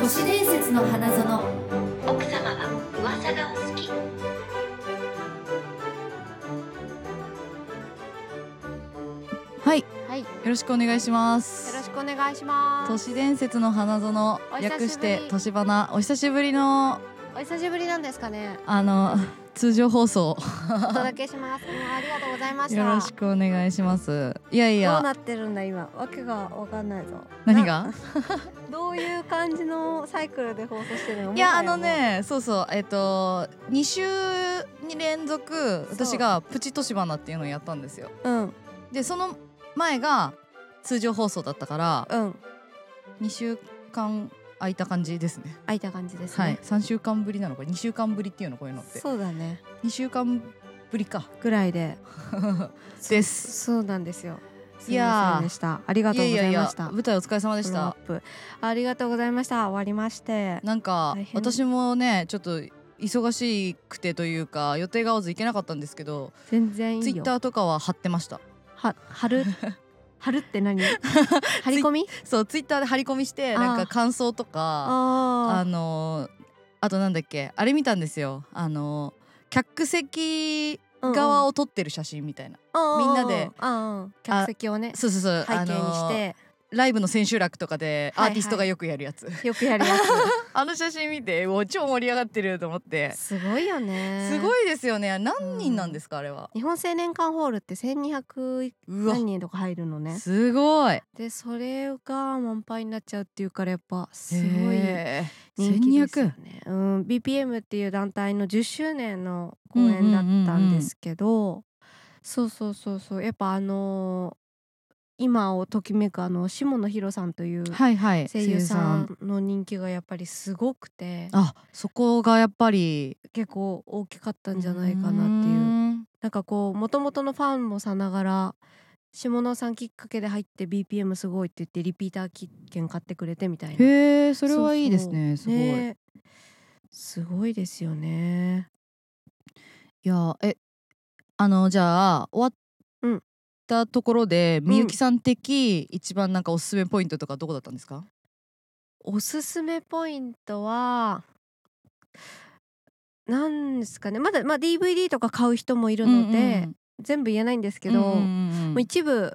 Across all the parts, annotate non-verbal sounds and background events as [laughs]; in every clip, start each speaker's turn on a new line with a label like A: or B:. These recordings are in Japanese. A: 都市伝説の花園
B: 奥様は噂がお好き
C: はい、よ
D: はい、よ
C: ろしくお願いします。
D: ろしくお願いします。
C: 都市伝説の花園
D: お久しぶり
C: 略して都市花お久しぶりの
D: お久しぶりなんです
C: [laughs]
D: かね。
C: あの通常放送
D: お届けし
C: [laughs]
D: ます。うんありがとうございました。
C: よろしくお願いします。いやい
D: どう
C: や
D: なってるんだ今。わけがわかんないぞ。
C: 何が
D: な？どういう感じのサイクルで放送してるの？
C: いやあ
D: も
C: の
D: はやも
C: ねそうそうえっ、と2週に連続私がプチ都市花っていうのをやったんですよ。
D: う。
C: でその前が通常放送だったから
D: うんうん。
C: 2週間空いた感じですね。
D: 開いた感じですね。
C: はい、3週間ぶりなのこれ2週間ぶりっていうのこういうのって
D: そうだね。
C: 2週間ぶりか
D: ぐらいで。
C: です。
D: そうなんですよ。す
C: い
D: み
C: やー
D: ませんでした。ありがとうございました。
C: 舞台お疲れ様でし
D: フォローア
C: た
D: ップありがとうございました。終わりまして。
C: なんか
D: 大変
C: 私もねちょっと忙しくてというか予定が合わず行けなかったんですけど
D: 全然いいよ。
C: ツイッターとかは貼ってました
D: は、はる。はるっ
C: [laughs]
D: て何。張り込み。
C: そうツイッターで張り込みして
D: あー
C: なんか感想とかあ
D: あ
C: のーあとなんだっけあれ見たんですよあのー客席
D: あ
C: 側を撮ってる写真みたいな、みんなで
D: 客席をね
C: そうそうそう
D: 背景にし
C: あのー
D: て
C: ライブの千秋楽とかでア
D: はいは
C: ーテ
D: い
C: ィストがよくやるやつ、
D: よくやるや
C: [laughs] あの写真見てもう超盛り上がってると思って
D: つ [laughs] すごいよね
C: すごいですよね何人なんですかあれは
D: 日本青年館ホールって1200
C: うわ
D: 何人とか入るのね
C: すごい
D: でそれが満杯になっちゃうっていうからやっぱすごい
C: へー
D: 人気ですよ
C: 1200
D: ね、うん BPM っていう団体の10周年の公演だったんですけど、そうそうそうそうやっぱあのー今をときめくあの下野紘さんという
C: はいはい
D: 声優さんの人気がやっぱりすごくて
C: あそこがやっぱり
D: 結構大きかったんじゃないかなっていうなんかこうもともとのファンもさながら下野さんきっかけで入って BPM すごいって言ってリピーター券買ってくれてみたいな
C: へえそれはいいですね
D: そう
C: すごい、
D: ねすごいですよね
C: いやえあのじゃあ終
D: う
C: わっ
D: ん
C: たところで、
D: ん
C: みゆきさん的一番なんかおすすめポイントとかどこだったんですか、
D: おすすめポイントはなんですかねまだ、まあ、DVD とか買う人もいるので、全部言えないんですけど、
C: うんうんうん
D: もう一部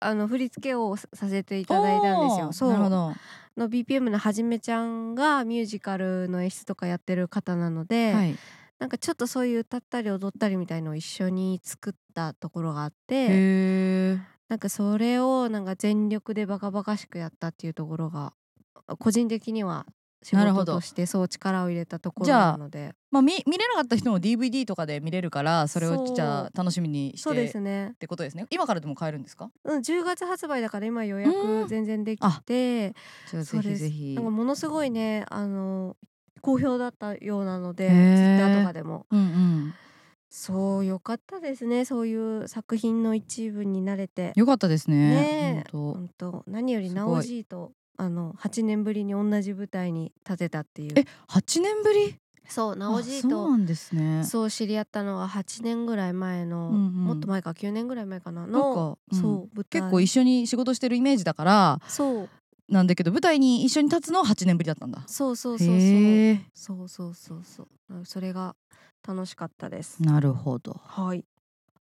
D: あの振り付けをささせていただいたんです
C: お
D: よ。
C: ー
D: そう
C: なるほど、
D: の BPM のはじめちゃんがミュージカルの演出とかやってる方なので、
C: はい、
D: なんかちょっとそういう歌ったり踊ったりみたいのを一緒に作ったところがあっ
C: へ
D: て
C: え
D: なんかそれをなんか全力でバカバカしくやったっていうところが個人的には仕
C: なるほ
D: 事
C: ど
D: としてそう力を入れたところ
C: じゃあ
D: なので
C: まあ、見見れなかった人も DVD とかで見れるからそれ
D: そ
C: を
D: う
C: じゃあ楽しみにして
D: そうですね
C: っ、てことですね今からでも買えるんですか
D: うん、10月発売だから今予
C: うん
D: 約全然できて
C: じゃあぜ
D: そうで
C: ひ
D: す
C: ぜひ
D: なんかものすごいねあの好評だったようなので
C: へ
D: ツイ
C: ー
D: ッターとかでも
C: うんうん
D: そうよかったですねそういう作品の一部になれて
C: よかったですね
D: ねえ
C: ほんと
D: 本当何より
C: すごい
D: なおじいとあの8年ぶりに同じ舞台に立てたっていう
C: え8年ぶり
D: そうなおじい
C: あそう
D: と
C: なんですね
D: そう知り合ったのは8年ぐらい前の、
C: うんうん
D: もっと前か9年ぐらい前かな
C: なん
D: の
C: か、うん
D: そう舞台
C: 結構一緒に仕事してるイメージだから
D: そう
C: なんだけど舞台に一緒に立つのは8年ぶりだったんだ
D: そうそうそうそう
C: へえ
D: そうそうそうそううんそれが楽しかったです
C: なるほど
D: はい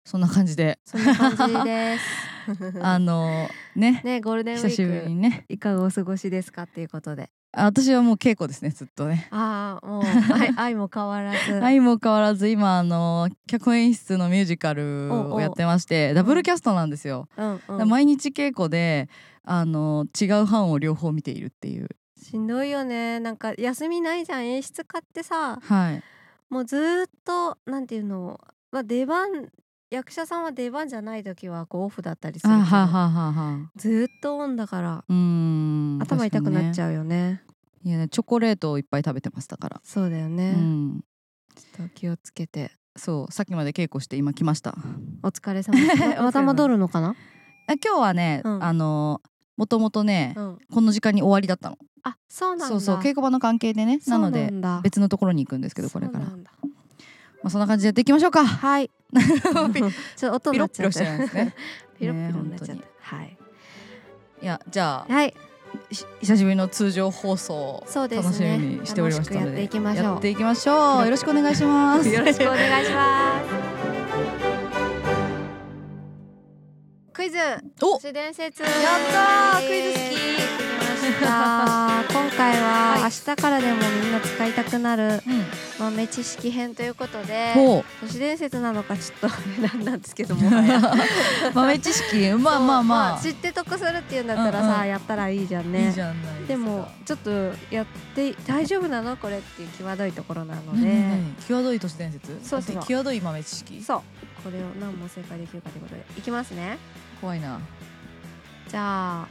C: そんな感じで
D: そんな感じです
C: [laughs] あのね
D: ねゴールデンウィ
C: 久しぶ
D: ー
C: りに
D: ク
C: ね
D: いかがお過ごしですかっていうことで
C: あ私はもう稽古ですねずっとね
D: ああもう
C: [laughs]
D: 愛愛も変わらず、
C: 相も変わらず今あの脚本演出のミュージカルをやってましてダブルキャストなんですよ、
D: うんうん
C: 毎日稽古であの違う班を両方見ているっていう
D: しんどいよねなんか休みないじゃん演出家ってさ
C: はい
D: もうずーっとなんていうの、まあ、出番役者さんは出番じゃない時はこうオフだったりす
C: あ
D: る
C: は
D: けど
C: ははは
D: ずーっとオンだから
C: うーん
D: 頭痛くなっち
C: ゃう、
D: ゃうよね
C: いやねチョコレートをいっぱい食べてましたから、
D: そうだよね、
C: うん
D: ちょっと気をつけて
C: そうさっきまで稽古して今来ました
D: お疲
C: [laughs]
D: れ様ですままた戻るのかな、
C: あ今日はね、
D: うん
C: あのもともとね、
D: うん、
C: この時間に終わりだったの
D: あそうなんだ
C: そうそう稽古場の関係でねなので
D: 別
C: 別のところに行くんですけどこれから
D: そ
C: ま
D: うなんだ
C: あそんな感じでやっていきましょうか [laughs]
D: はい
C: ピ
D: ちょっと音
C: ピ
D: に
C: ロ
D: なっ
C: ピ
D: [laughs] ちゃ
C: ロ
D: っ
C: して
D: た
C: るんですね
D: ピロピロ
C: ね
D: になっちゃった、
C: 本
D: はい
C: いやじゃあ
D: はい
C: し久しぶりの通常放送を
D: そう
C: 楽
D: です
C: し
D: ね
C: みにしておりましたので
D: 楽しくやっていきましょう
C: やっていきましょうよろしくお願いします
D: よろしくお願いします。クイズ
C: お
D: 自伝説や
C: ったークイズ好き
D: ました今回は
C: はい
D: 明日からでもみんな使いたくなる
C: うん
D: 豆知識編ということで
C: ほう
D: 都市伝説なのかちょっと選んだんですけ
C: [laughs]
D: ど [laughs] もはや
C: 豆知識まあまあまあ
D: 知って得するっていうんだったらさ、
C: うんうん
D: やったらいいじゃんね
C: いいじゃない
D: です
C: か
D: もちょっとやって大丈夫なのこれっていう際どいところなの
C: 何
D: で、
C: 何際どい都市伝説
D: そうそう
C: だって際どい豆知識
D: そうこれを何問正解できるかということでいきますね
C: 怖いな
D: じゃあ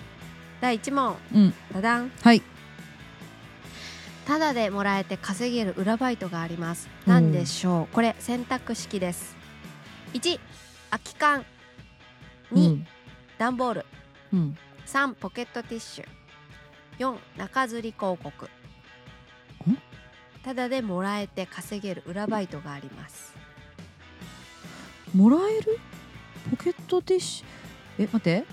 D: 第1問
C: うん
D: ダダン
C: はい
D: ただでもらえて稼げる裏バイトがあります
C: うん
D: 何でしょうこれ選択式です1空き缶2、
C: うん
D: 段ボール
C: うん
D: 3ポケットティッシュ4中吊り広告ただでもらえて稼げる裏バイトがあります
C: もらえるポケットティッシュえ待って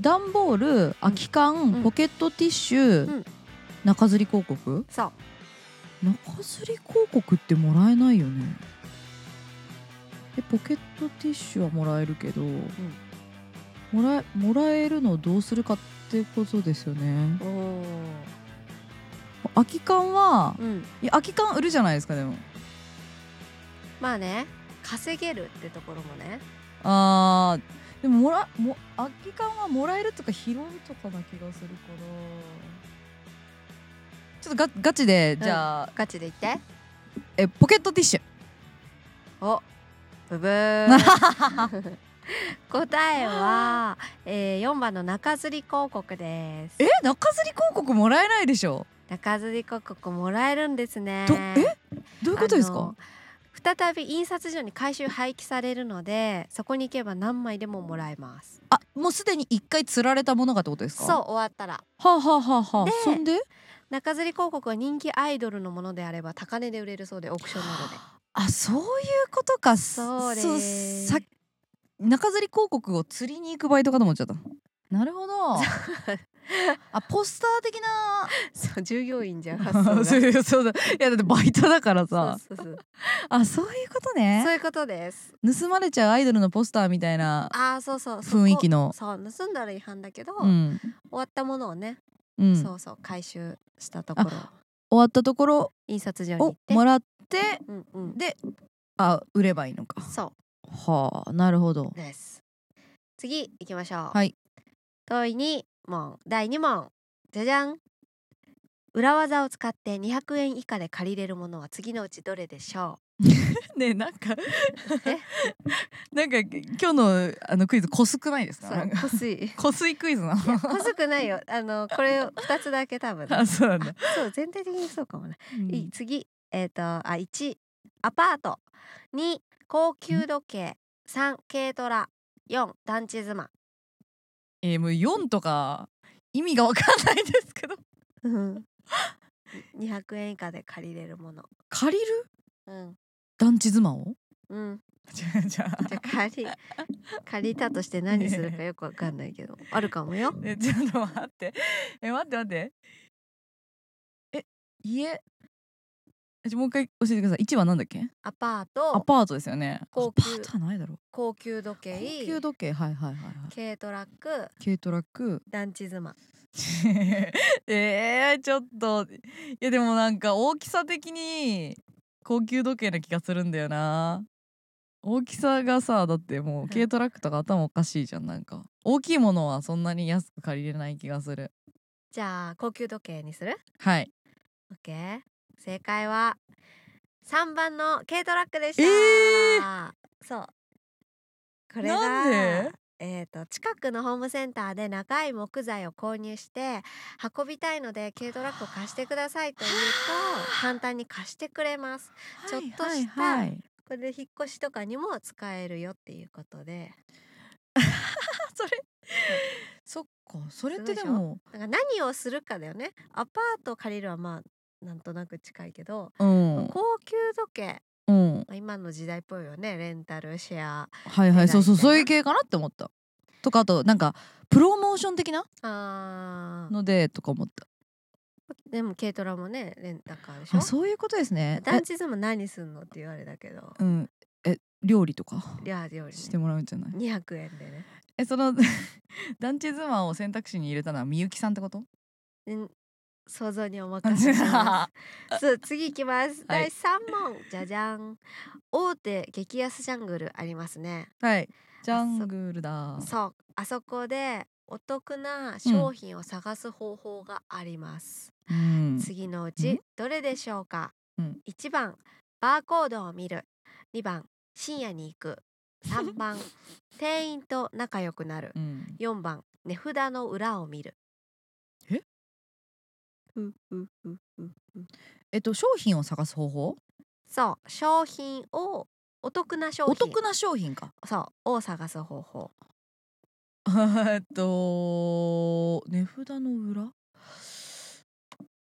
C: 段ボール空き缶、
D: うん
C: ポケットティッシュ、
D: うん
C: 中吊り広告
D: そう
C: 中吊り広告ってもらえないよねえポケットティッシュはもらえるけど、もらえもらえるのをどうするかってことですよね
D: おお
C: 空き缶は
D: うん
C: いや空き缶売るじゃないですかでも
D: まあね稼げるってところもね
C: あーでももらも空き缶はもらえるとか拾うとかな気がするからちょっとガガチでじゃあ、
D: ガチで言って
C: えポケットティッシュ
D: おブブ
C: [laughs]
D: ー答えは、えー、4番の中吊り広告です
C: え中吊り広告もらえないでしょ
D: 中吊り広告もらえるんですね
C: どえどういうことです
D: あ
C: か
D: の再び印刷所に回収廃棄されるのでそこに行けば何枚でももらえます
C: あもうすでに一回釣られたものがってことですか
D: そう終わったら
C: はあ、はあはあはあ
D: で、
C: そんで
D: 中吊り広告は人気アイドルのものであれば高値で売れるそうでオークションなどで
C: あそういうことかす
D: そうです
C: うさ中吊り広告を釣りに行くバイトかと思っちゃったなるほ [laughs] どあポスター的な [laughs]
D: そう従業員じゃん発想
C: そ
D: が
C: うそうそうだいやだってバイトだからさ
D: そうそうそう
C: あそういうこと
D: そう
C: ね
D: いうことです
C: 盗まれちゃうアイドルのポスターみたいな
D: ああそうそうそこ
C: 雰囲気の
D: そう盗んだら違反だけど、
C: う
D: 終
C: ん、
D: わったものをね、
C: うん、終
D: そうそう回収したところ
C: わったところ
D: 印刷所に行っ
C: を
D: て
C: もらって
D: うんうん
C: であ売ればいいのか
D: そ
C: はあなるほど
D: うです次行きましょう
C: はい
D: 問い2問第2問じゃじゃん裏技を使って200円以下で借りれるものは次のうちどれでしょ
C: ねえなんか
D: え
C: なんか今日のあのクイズ濃すくないです
D: う
C: か
D: [laughs] そう
C: なんか
D: こすいい
C: 濃すいクイズなの
D: やこすくな
C: [laughs]
D: いよあのこれ2つだけ多分
C: あそうなん
D: あ
C: だ、
D: そう全体的にそうかもね
C: うん
D: いい次えっ、とあ1アパート2高級時計3軽トラ4団地妻、
C: えーもう4とか意味がわかんないんですけど
D: うん、200円以下で借りれるもの
C: 借りる
D: うん
C: 団地妻を
D: うん [laughs]
C: じゃあじゃあ
D: じゃあ借り借りたとして何するかよくわかんないけどあるかもよ
C: えちょっと待ってえ待って待ってえ家えちょもう一回教えてください1はなんだっけ
D: [laughs] アパー
C: ア
D: ト
C: パートですよね
D: 高級
C: アパートはないだろう
D: 高級時計
C: 高級時計はいはいはいはい
D: 軽トラック
C: 軽トラック
D: 団地妻
C: [laughs] えー、ちょっといやでもなんか大きさ的に高級時計な気がするんだよな大きさがさだってもう軽トラックとか頭おかしいじゃんなんか大きいものはそんなに安く借りれない気がする
D: じゃあ高級時計にする
C: はい
D: オッケー正解は3番の軽トラックでした、
C: え
D: そうこれが
C: なんで
D: えー、と近くのホームセンターで長い木材を購入して運びたいので軽トラックを貸してくださいと言うと簡単に貸してくれますちょっとした
C: はいはいはい [laughs]
D: これで引っ越しとかにも使えるよっていうことで
C: あそれそっかそれってです
D: ごい
C: も
D: なんか何をするかだよねアパートを借りるはまあなんとなく近いけど
C: うん
D: 高級時計
C: うん
D: 今の時代っぽいよねレンタルシェア
C: はいはいそうそうそういう系かなって思ったとかあとなんかプロモーション的な
D: あー
C: のでとか思った
D: でも軽トラもねレンタカーでしょ
C: あそういうことですね
D: 団地でも何すんのって言われたけど
C: えうんえ料理とか
D: 料理ね
C: してもらうんじゃない
D: 200円でね
C: えその [laughs] 団地妻を選択肢に入れたのはみゆきさんってこと
D: うん想像にお任せしますそう次行きます、
C: はい
D: 第三問じゃじゃん大手激安ジャングルありますね
C: [laughs] はいジャングルだ
D: そうあそこでお得な商品を探す方法があります、
C: うん
D: 次のう
C: う
D: ち
C: ん
D: どれでしょうか、
C: うん
D: 一番バーコードを見る二番深夜に行く三番店員と仲良くなる
C: うん
D: 四番値札の裏を見る
C: え
D: ふふふふ
C: えっと商品を探す方法
D: そう商品をお得な商品
C: お得な商品か [laughs]
D: そうを探す方法
C: えっと値札の裏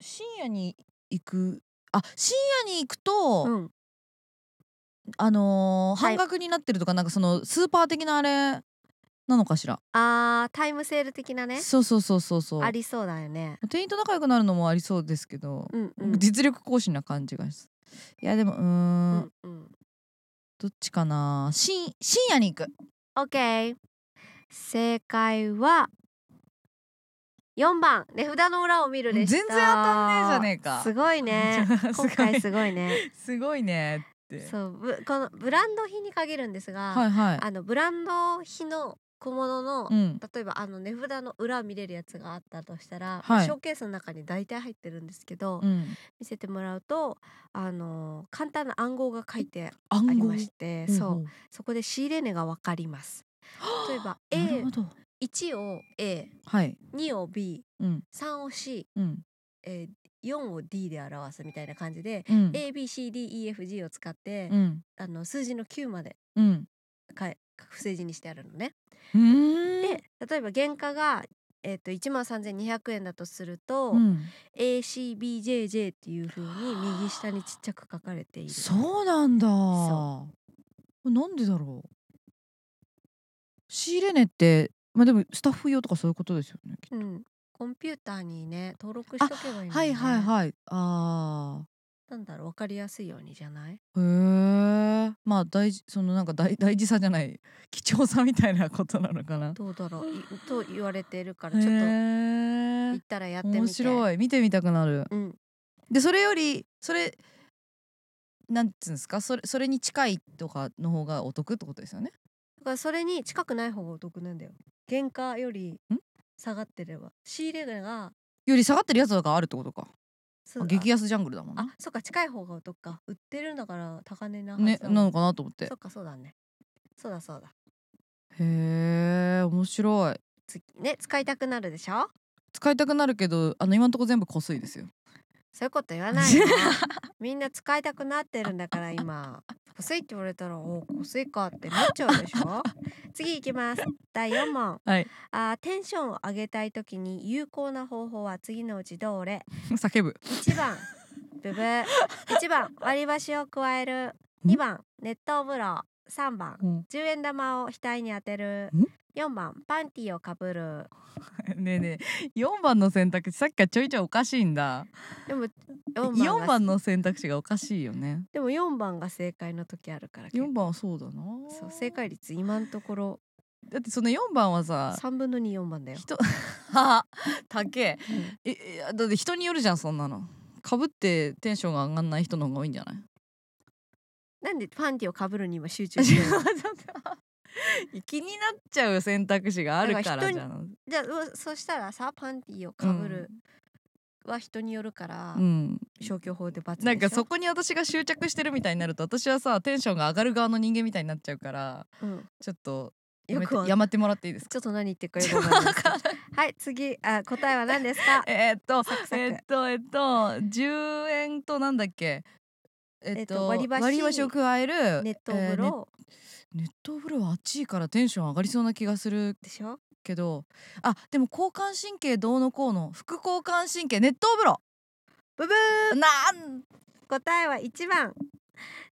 C: 深夜に行くあ深夜に行くと、
D: うん
C: あのー
D: はい
C: 半額になってるとかなんかそのスーパー的なあれなのかしら、
D: あータイムセール的なね
C: そうそうそうそうそう
D: ありそうだよね
C: 店員と仲良くなるのもありそうですけど、
D: うんうん
C: 実力行使な感じがしますいやでもうーん
D: う、んうん
C: どっちかな深深夜に行く
D: OK 正解は4番値札の裏を見るでした
C: 全然当たんねえじゃねえか
D: すごい
C: [laughs]
D: ね
C: すごい
D: 今回すごいね
C: すごいねって
D: そうぶこのブランド品に限るんですが、
C: はいはい
D: あのブランド品の小物の、
C: うん
D: 例えばあの値札の裏見れるやつがあったとしたら、
C: はい
D: ショーケースの中に大体入ってるんですけど、
C: うん
D: 見せてもらうとあの簡単な暗号が書いて
C: 暗
D: あり
C: 号
D: まして
C: ほう
D: そ
C: ほ
D: う
C: う
D: そこで仕入れ値がわかります例えば
C: なるほ
D: A1
C: ど
D: を A2
C: はい
D: を B3
C: うん
D: を C4、
C: うん
D: えー、4を D で表すみたいな感じで、
C: うん
D: ABCDEFG を使って、
C: うん
D: あの数字の9まで
C: うん
D: かえ不正字にしてあるのね。
C: うーん
D: で例えば原価が、えっと1万3200円だとすると、
C: うん
D: ACBJJ っていう風に右下にちっちゃく書かれている
C: そうなんだ
D: そ
C: なんでだろう仕入れ値ってまあでもスタッフ用とかそういうことですよねきっと
D: うん、コンピューターにね登録しとけばいいのにね、
C: はいはいはいあ
D: なんだろう分かりやすいようにじゃない
C: ーへえまあ大事そのなんか大大事さじゃない貴重さみたいなことなのかな
D: どうだろう
C: [laughs]
D: いと言われているから
C: へ
D: ちょっと行
C: え
D: ったらやってみて
C: 面白い見てみたくなる
D: うん、
C: でそれよりそれなんつうんですかそれそれに近いとかの方がお得ってことですよね
D: だからそれに近くない方がお得なんだよ原価より
C: ん
D: 下がってれば仕入れ値が
C: より下がってるやつがあるってことか
D: そう
C: 激安ジャングルだもん
D: あ
C: ね
D: そっか近い方がお得か売ってるんだから高値なはず
C: ね
D: だ
C: な
D: もん
C: のかなと思って
D: そっかそうだねそうだそうだ
C: へえ面白い
D: 次ね使いたくなるでしょ
C: 使いたくなるけどあの今のところ全部こすいですよ [laughs]
D: そういうこと言わないでみんな使いたくなってるんだから今こすいって言われたらおこすいかってなっちゃうでしょ次いきます第4問
C: はい
D: あーテンションを上げたい時に有効な方法は次のうちどれ
C: 叫ぶ
D: 1番ブブー1番割り箸を加える2番熱湯風呂3番
C: うん
D: 10円玉を額に当てる
C: ん
D: 4番パンティをかぶる
C: [laughs] ねえねえ4番の選択肢さっきからちょいちょいおかしいんだ
D: でも
C: 4
D: 4
C: 番
D: 番が
C: の選択肢がおかしいよね
D: でも4番が正解の時あるから
C: 4番はそうだな
D: そう正解率今のところ
C: だってその4番はさ
D: 3分の24番だよ、
C: 人 [laughs] は高え
D: うん
C: えいやだって人によるじゃんそんなのかぶってテンションが上がんない人の方が多いんじゃない
D: なんでパンティをかぶるに今集 [laughs]
C: [laughs]
D: 中
C: ち
D: し
C: ょ
D: てるの
C: っと [laughs] 気になっちゃう選択肢があるか
D: だから
C: ら
D: 人に
C: じゃん
D: じゃあうそしたらさパンティをかぶるは人によるから、
C: うん
D: 消去法で罰でし
C: な
D: ょ
C: んかそこに私が執着してるみたいになると私はさテンションが上がる側の人間みたいになっちゃうから
D: うん
C: ちょっとや
D: よ
C: め
D: くわ
C: てやまってもらっていいですか
D: ちょっと何言ってるかよく [laughs] わかんないですけどはい次あ [laughs] 答えは何ですか
C: えーっと
D: サクサク
C: えーっとえーっと10円となんだっけえ
D: えーっと割り箸
C: を加える
D: 熱湯風
C: えーね
D: 呂
C: 熱湯風呂は暑いからテンション上がりそうな気がする
D: でしょ
C: けどあでも交感神経どうのこうの副交感神経熱湯風呂
D: ブブー
C: なん
D: 答えは1番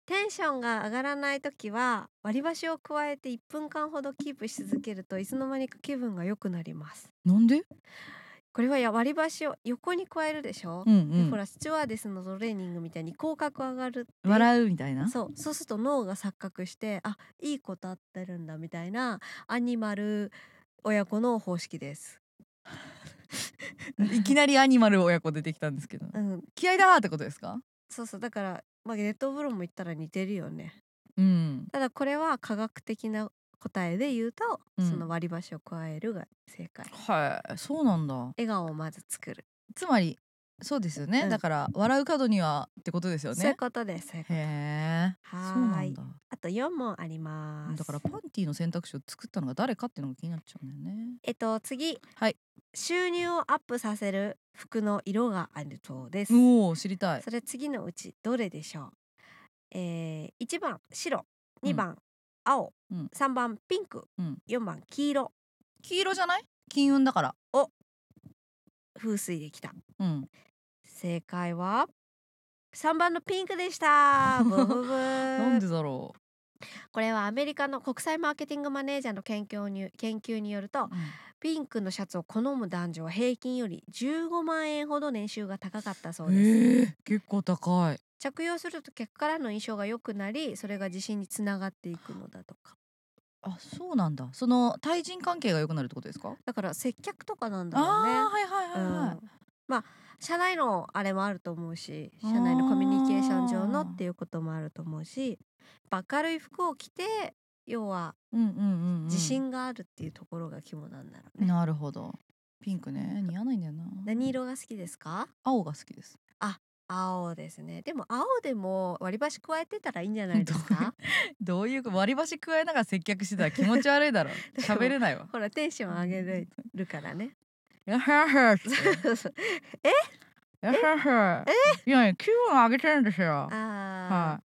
D: テンションが上がらない時は割り箸を加えて1分間ほどキープし続けるといつの間にか気分が良くなります
C: なんで
D: これはいや割り箸を横に加えるでしょ、
C: うん
D: で
C: う
D: ほ
C: ん
D: らスチュワーデスのトレーニングみたいに口角上がるっていう
C: 笑うみたいな
D: そうそうすると脳が錯覚してあいいことあってるんだみたいなアニマル親子の方式です。
C: [laughs] いきなりアニマル親子出てきたんですけど
D: うん、
C: 気合だーってことですか
D: そうそうだから、まあ、熱湯風呂も言ったら似てるよね。
C: うん
D: ただこれは科学的な答えで言うと、
C: うん
D: その割り箸を加えるが正解。
C: はいそうなんだ
D: 笑顔をまず作る。
C: つまりそうですよね、
D: うん
C: だから笑う角にはってことですよ
D: そういう
C: ね
D: ことです。そういうこと
C: へえそう
D: はーい
C: なんだ
D: あと4問あります。
C: だからパンティの選択肢を作ったのが誰かっていうのが気になっちゃうんだよね
D: えっと次、
C: はい
D: 収入をアップさせる服の色があるそうです。
C: おお知りたい
D: それ次のうちどれでしょう、えー、1番白
C: うん
D: 2番青、
C: うん
D: 3番ピンク、
C: うん
D: 4番黄色
C: 黄色じゃない金運だから
D: 風水できた
C: うん
D: 正解は3番のピンクでしたブーブーブー
C: [laughs] なんでだろ
D: これはアメリカの国際マーケティングマネージャーの研究に研究による
C: う、
D: と
C: うん
D: ピンクのシャツを好む男女は平均より15万円ほど年収が高かったそうです、
C: ええ結構高い
D: 着用すると客からの印象が良くなりそれが自信につながっていくのだとか
C: あそうなんだその対人関係が良くなるってことですか、
D: だから接客とかなんだ
C: あ
D: ろうね
C: あーはいはいはいはい、
D: うんまあ社内のあれもあると思うし社内のコミュニケーション上のっていうこともあると思うしやっぱ明るい服を着て要は
C: うんうんうんうん
D: 自信があるっていうところが肝なんだろうね。
C: なるほどピンクね似合わないんだよな
D: 何色が好きですか
C: 青が好きです
D: 青ですねでも青でも割り箸加えてたらいいんじゃないで
C: [laughs]
D: すか
C: [laughs] どういうこと割り箸加えながら接客してたら気持ち悪いだ [laughs] ろ
D: でも
C: 喋れないわ
D: ほらテンション上げれるか
C: [laughs]
D: らね
C: やははってやはは [laughs] えいやいや気分上げてるんですよ
D: [laughs] ああ、
C: はい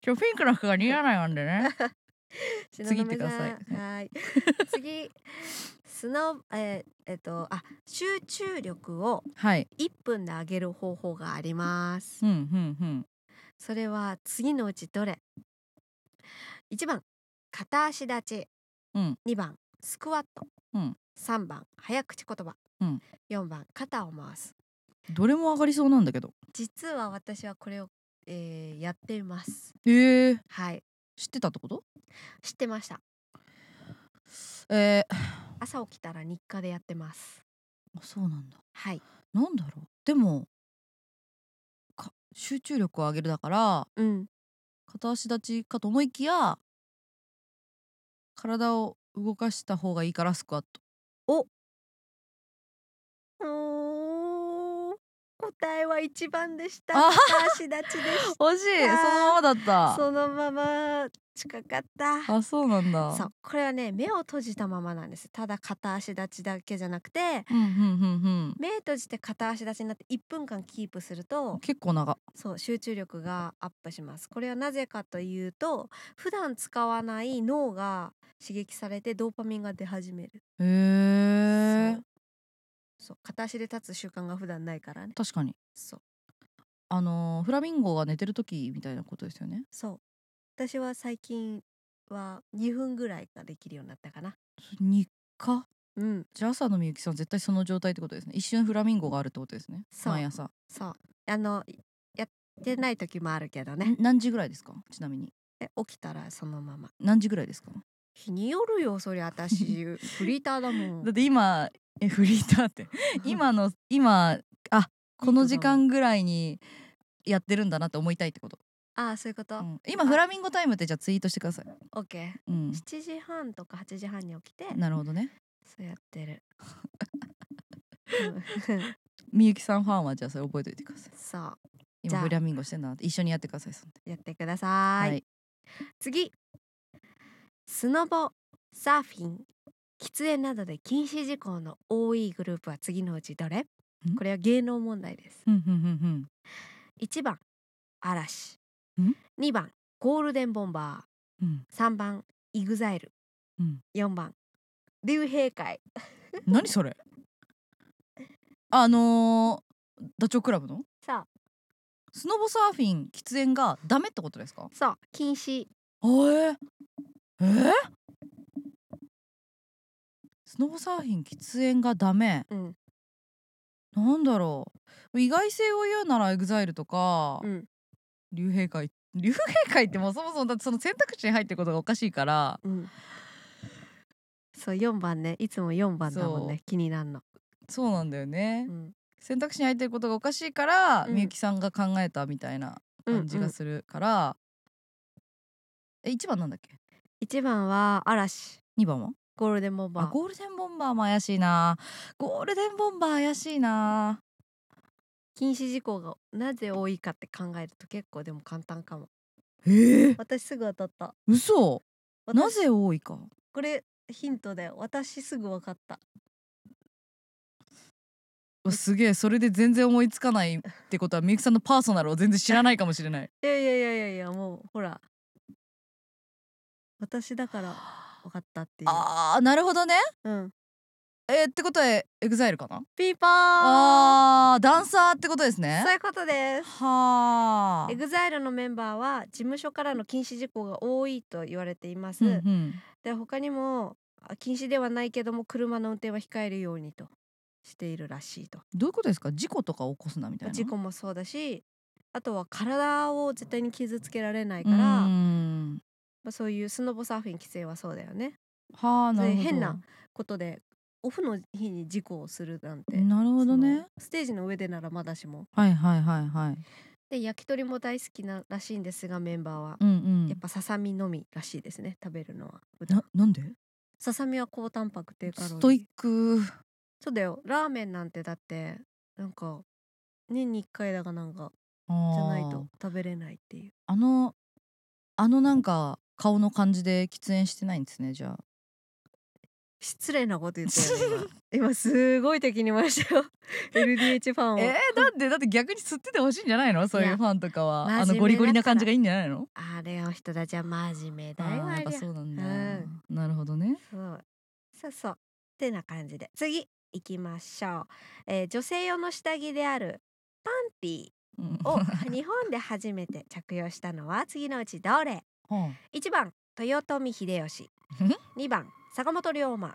C: ちょピンクの服が似合わないもんで [laughs] ね
D: 東
C: 次行ってください
D: はい次スノーえーえっとあ集中力を
C: はい
D: 1分で上げる方法があります
C: うんうんうん
D: それは次のうちどれ1番片足立ち、
C: うん
D: 2番スクワット、
C: うん
D: 3番早口言葉、
C: うん
D: 4番肩を回す
C: どれも上がりそうなんだけど
D: 実は私はこれを、えーやっています
C: えー、
D: はい
C: 知ってたってこと
D: 知ってました
C: えー、
D: 朝起きたら日課でやってます
C: あそうなんだ
D: はい
C: なんだろうでもか集中力を上げるだから
D: うん
C: 片足立ちかと思いきや体を動かした方がいいからスクワット
D: おー答えは1番でした
C: あは
D: 片
C: は
D: 足立ちでし
C: 惜しい
D: あー
C: そのままだったた
D: そのまま近かった
C: あそうなんだ
D: そうこれはね目を閉じたままなんですただ片足立ちだけじゃなくて
C: うんうんうん
D: 目閉じて片足立ちになって1分間キープする
C: うん
D: と
C: 結構長
D: そう集中力がアップしますこれはなぜかというと普段使わない脳が刺激されてドーパミンが出始める
C: へえ
D: そうそう片足で立つ習慣が普段ないからね
C: 確かに
D: そう
C: あのーフラミンゴが寝てる時みたいなことですよね
D: そう私は最近は2分ぐらいができるようになったかな
C: そ日課
D: うん
C: じゃあ朝のみゆきさん絶対その状態ってことですね一瞬フラミンゴがあるってことですね
D: そう
C: 毎朝
D: そうあのやってない時もあるけどね
C: ん何時ぐらいですかちなみに
D: え起きたらそのまま
C: 何時ぐらいですか
D: 日によるよそりゃ私フリーターだもん
C: だって今えフリーターって今の今あこの時間ぐらいにやってるんだなって思いたいってこと、
D: ああそういうこと、
C: うん今フラミンゴタイムってじゃあツイートしてください、
D: オッケ
C: うん
D: ー、7時半とか8時半に起きて
C: なるほどね
D: そうやっ
C: [laughs]
D: てる
C: みゆきさんファンはじゃあそれ覚えておいてください
D: [laughs] そうじ
C: 今
D: ゃあ
C: フラミンゴしてんだなって一緒にやってくださいそんで
D: やってください、
C: はい
D: 次スノボサーフィン喫煙などで禁止事項の多いグループは次のうちどれ
C: ん
D: これは芸能問題です
C: うんうん
D: 1番嵐
C: ん
D: 2番ゴールデンボンバー
C: うんうん
D: 3番イグザイル、
C: うん
D: 4番竜兵会
C: うん何それあのーダチョウ倶楽部の
D: さあ
C: スノボサーフィン喫煙がダメってことですか
D: そう禁止
C: えー、えースノボサーフィン喫煙がダメ
D: うん
C: なんだろう意外性を言うならエグザイルとか、
D: うん
C: 竜兵会竜兵会ってもうそもそもだってその選択肢に入ってることがおかしいから
D: うんそう4番ねいつも4番だもんね気になんの、
C: そうなんだよね、
D: うん、
C: 選択肢に入ってることがおかしいから、
D: うん
C: みゆきさんが考えたみたいな感じがするから、え一番なんだっけ
D: 1番は嵐
C: 二番は
D: ゴールデンボンバ
C: あ
D: ー
C: ゴールデンボンバーも怪しいなゴールデンボンバー怪しいな
D: 禁止事項がなぜ多いかって考えると結構でも簡単かも
C: えー、
D: 私すぐ当たった
C: 嘘
D: 私
C: なぜ多いか
D: これヒントだよ私すぐ分かった
C: うわすげえそれで全然思いつかないってことはみゆきさんのパーソナルを全然知らないかもしれない
D: いやいやいやいやいやもうほら私だから分かったっていう
C: あーなるほどね
D: うん
C: えーってことはエグザイルかな
D: ピーポー
C: あーダンサーってことですね
D: そういうことです
C: はあ
D: エグザイルのメンバーは事務所からの禁止事項が多いと言われています、
C: うんうん
D: で他にもあ禁止ではないけども車の運転は控えるようにとしているらしいと
C: どういうことですか事故とか起こすなみたいな
D: 事故もそうだしあとは体を絶対に傷つけられないか
C: う
D: ら、
C: ー
D: ま
C: ん
D: あ、そういうスノボサーフィン規制はそうだよね
C: はあなるほど
D: で変なことでオフの日に事故をするなんて
C: なるほどね
D: そのステージの上でならまだしも
C: はいはいはいはい
D: で焼き鳥も大好きならしいんですがメンバーは、
C: うんうん
D: やっぱささみのみらしいですね食べるのは
C: ななんで
D: ささみは高タンパク低カロリー
C: ストイック
D: そうだよラーメンなんてだってなんか年に1回だがなんかじゃない
C: あー
D: と食べれないっていう
C: あのあのなんか顔の感じで喫煙してないんですねじゃあ
D: 失礼なこと言ってる
C: [laughs]
D: 今今すごい敵に回したよ [laughs] LDH ファンを、
C: えー、だってだって逆に吸っててほしいんじゃないのそうい
D: いうや
C: ファンとかはあ
D: 真面目だか
C: の
D: ら
C: ゴリゴリな感じがいいんじゃないの
D: あれの人たちは真面目
C: あ
D: だよ
C: ー
D: あ
C: やっ
D: りゃ
C: ぱ
D: そ
C: そううなんだ、
D: うん
C: なるほどね
D: そうそうってな感じで次行きましょう、えー女性用の下着であるパンティ
C: うん [laughs]
D: を日本で初めて着用したのは次のうちどれ
C: は
D: 1番豊臣秀吉2番坂本龍馬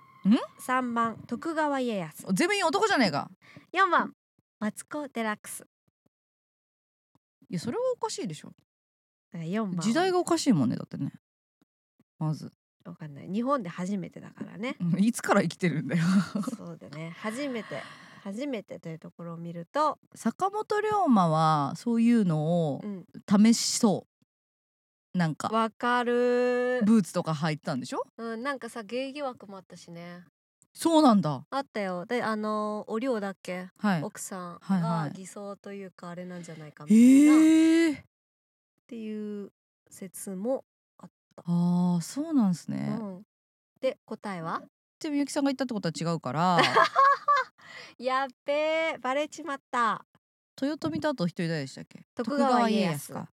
D: 3番徳川家康
C: あ全部いい男じゃねえか
D: 4番マツコ・デラックス
C: いやそれはおかしいでしょ
D: 4番
C: 時代がおかしいもんねだってねまず
D: わかんない日本で初めてだからね
C: うんいつから生きてるんだよ
D: そうだね初めて初めてというところを見ると、
C: [laughs] 坂本龍馬はそういうのを
D: うん、
C: 試しそうなんか
D: わかる、
C: ブーツとか履いてたんでしょ
D: うん、なんかさ芸疑惑もあったしね
C: そうなんだ
D: あったよであのお涼だっけ
C: はい
D: 奥さん
C: はいは
D: が
C: い
D: 偽装というかあれなんじゃないかみ
C: え
D: たいな、
C: ー、
D: っていう説も、
C: あーそうなんですね、っ
D: うん、で答えは
C: てみゆきさんが言ったってことは違うから [laughs]
D: やっべえバレちまった
C: 豊臣だと一人誰でしたっけ
D: 徳川家
C: 徳川家康
D: 康
C: か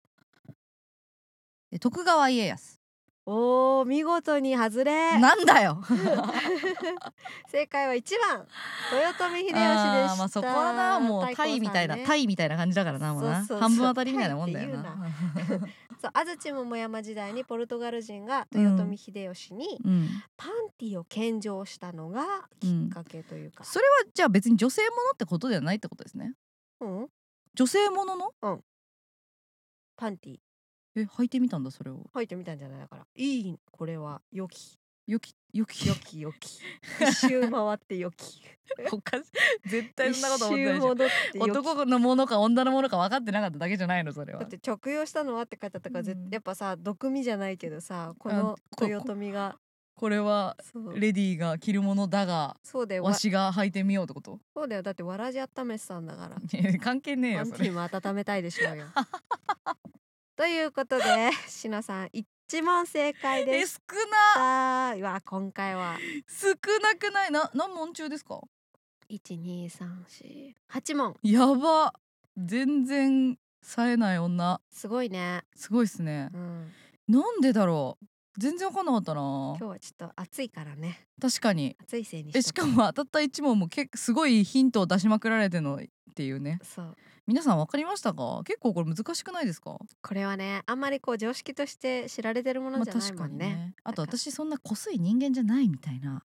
C: え徳川家康
D: おー見事に外れ
C: なんだよ
D: [laughs] 正解は一番豊臣秀吉でした
C: あーまあそこはなもうタイみたいな、タ
D: イ
C: イみたいな感じだからなもうな
D: そうそうそう
C: 半分当たりみたいなもんだよ
D: タイっ
C: な
D: そう安土桃山時代にポルトガル人が豊臣秀吉に
C: うん
D: パンティを献上したのがきっかけというか、
C: それはじゃあ別に女性ものってことではないってことですね
D: うん
C: 女性ものの
D: パンティ
C: え履いてみたんだそれを
D: 履いてみたんじゃないだからいいこれは良き
C: よきよき
D: 良き良き一周回って
C: [laughs]
D: 良き
C: おかしい絶対
D: 一
C: そんなこと思ってない
D: 周
C: でしょ
D: 戻って良き
C: 男のものか女のものか分かってなかっただけじゃないのそれは
D: だって直用したのはって書いてあったから、絶
C: うん
D: やっぱさ毒味じゃないけどさこの
C: こ
D: 豊臣が
C: これは
D: そう
C: レディーが着るものだが
D: そうだよわ
C: わしが履いてみようってこと [laughs]
D: そうだよだってわらじ温めてたんだから
C: いや関係ねえ
D: パ
C: よ
D: ン
C: そ
D: ティ
C: れ
D: も温めたいでし
C: [laughs]
D: ょうよということでしのさん一問正解
C: え
D: でし
C: 少な
D: たうわ今回は
C: 少なくないな何問中ですか
D: 一二三四八問
C: やば全然冴えない女
D: すごいね
C: すごいっすね
D: うん
C: なんでだろう全然わかんなかったな
D: 今日はちょっと暑いからね
C: 確かに
D: 暑いせいに
C: え
D: と
C: し
D: こ
C: かも当たった一問も結構すごいヒントを出しまくられてのっていうね
D: そう
C: 皆さんわかりましたか結構これ難しくないですか
D: これはねあんまりこう常識として知られてるものじゃないもんね,、
C: あと私そんなこすい人間じゃないみたいな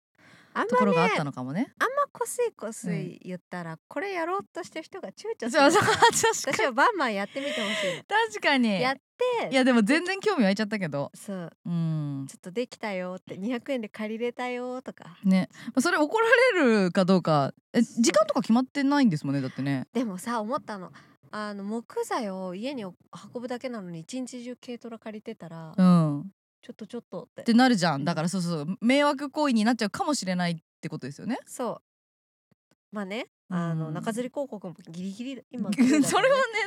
D: あんまね
C: ところがあったのかもね
D: あんまこすいこすい言ったら、これやろうとしてる人が躊躇する
C: そうそう [laughs]
D: から
C: 確
D: 私
C: かに
D: はバンバンやってみてほしいの
C: 確かに
D: やっで
C: いやでも全然興味湧いちゃったけど
D: そう
C: うん
D: ちょっとできたよって200円で借りれたよとか
C: ねまあそれ怒られるかどうかえ
D: そう
C: 時間とか決まってないんですもんねだってね
D: でもさ思ったのあの木材を家に運ぶだけなのに一日中軽トラ借りてたら、
C: うんっ
D: ちょっとちょっとって
C: てなるじゃんだからそうそう迷惑行為になっちゃうかもしれないってことですよね
D: そうまあねあの、
C: うん
D: 中吊り広告もギリギリ
C: [laughs]
D: 今
C: それはね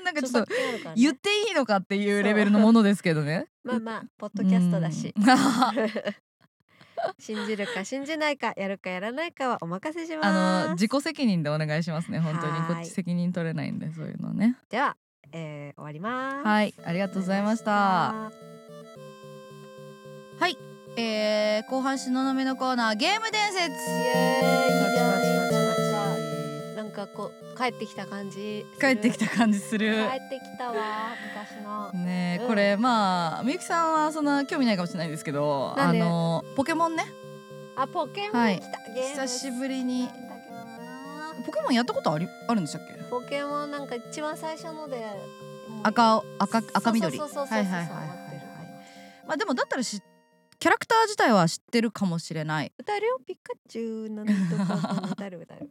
C: なんかちょっと言っていいのかっていうレベルのものですけどね
D: まあまあポッドキャストだし
C: うん [laughs] あ
D: 信じるか信じないかやるかやらないかはお任せします
C: の自己責任でお願いしますね本当に
D: はーい
C: こっち責任取れないんでそういうのね
D: では、えー、終わります
C: はいありがとうございましたはい、えー、後半しののめのコーナーゲーム伝説
D: イエーイ
C: パチパチパチパチ
D: なんかこう帰ってきた感じする
C: 帰ってきた感じす
D: 帰
C: る
D: ってきたわ昔の
C: ねえ
D: うん
C: これまあみゆきさんはそんな興味ないかもしれないですけど
D: な
C: あ
D: んで
C: のポケモンね
D: あポケモン来た、
C: はい
D: ゲーム
C: 久しぶりに
D: 好きなんだけどな
C: ポケモンやったことありあるんでしたっけ
D: ポケモンなんか一番最初ので
C: 赤青赤赤緑
D: そうそうそうそうそう
C: はいはいはいは
D: 持ってるから
C: いまあでもだったらしキャラクター自体は知ってるかもしれない
D: 歌えるよピカチュウのなんとか歌える
C: [laughs]
D: 歌える